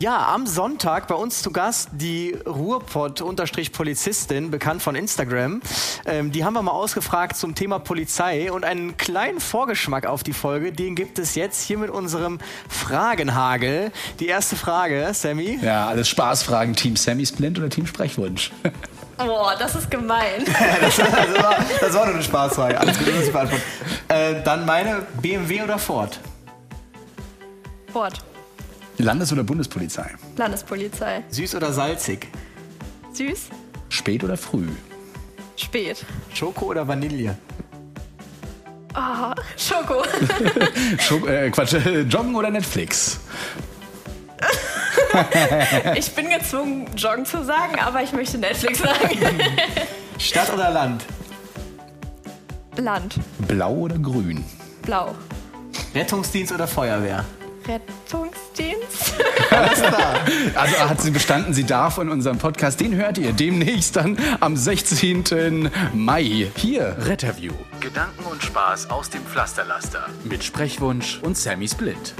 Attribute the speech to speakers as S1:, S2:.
S1: Ja, am Sonntag bei uns zu Gast die Ruhrpott-Polizistin, bekannt von Instagram. Ähm, die haben wir mal ausgefragt zum Thema Polizei und einen kleinen Vorgeschmack auf die Folge, den gibt es jetzt hier mit unserem Fragenhagel. Die erste Frage, Sammy.
S2: Ja, alles Spaßfragen. Team Sammy Splint oder Team Sprechwunsch?
S3: Boah, das ist gemein.
S1: Das war, das war nur eine Spaßfrage. Alles gut, muss ich beantworten. Äh, dann meine BMW oder Ford?
S3: Ford,
S2: Landes- oder Bundespolizei?
S3: Landespolizei.
S1: Süß oder salzig?
S3: Süß,
S2: Spät oder früh?
S3: spät.
S1: Schoko oder Vanille?
S3: Ah, Schoko.
S2: Scho äh, Quatsch, äh, Joggen oder Netflix?
S3: Ich bin gezwungen, Joggen zu sagen, aber ich möchte Netflix sagen.
S1: Stadt oder Land?
S3: Land,
S2: Blau oder grün?
S3: blau.
S1: Rettungsdienst oder Feuerwehr?
S3: Rettungsdienst.
S1: Genau.
S2: Also hat sie bestanden, sie darf in unserem Podcast. Den hört ihr demnächst dann am 16. Mai. Hier.
S4: Retterview. Gedanken und Spaß aus dem Pflasterlaster. Mit Sprechwunsch und Sammy Split.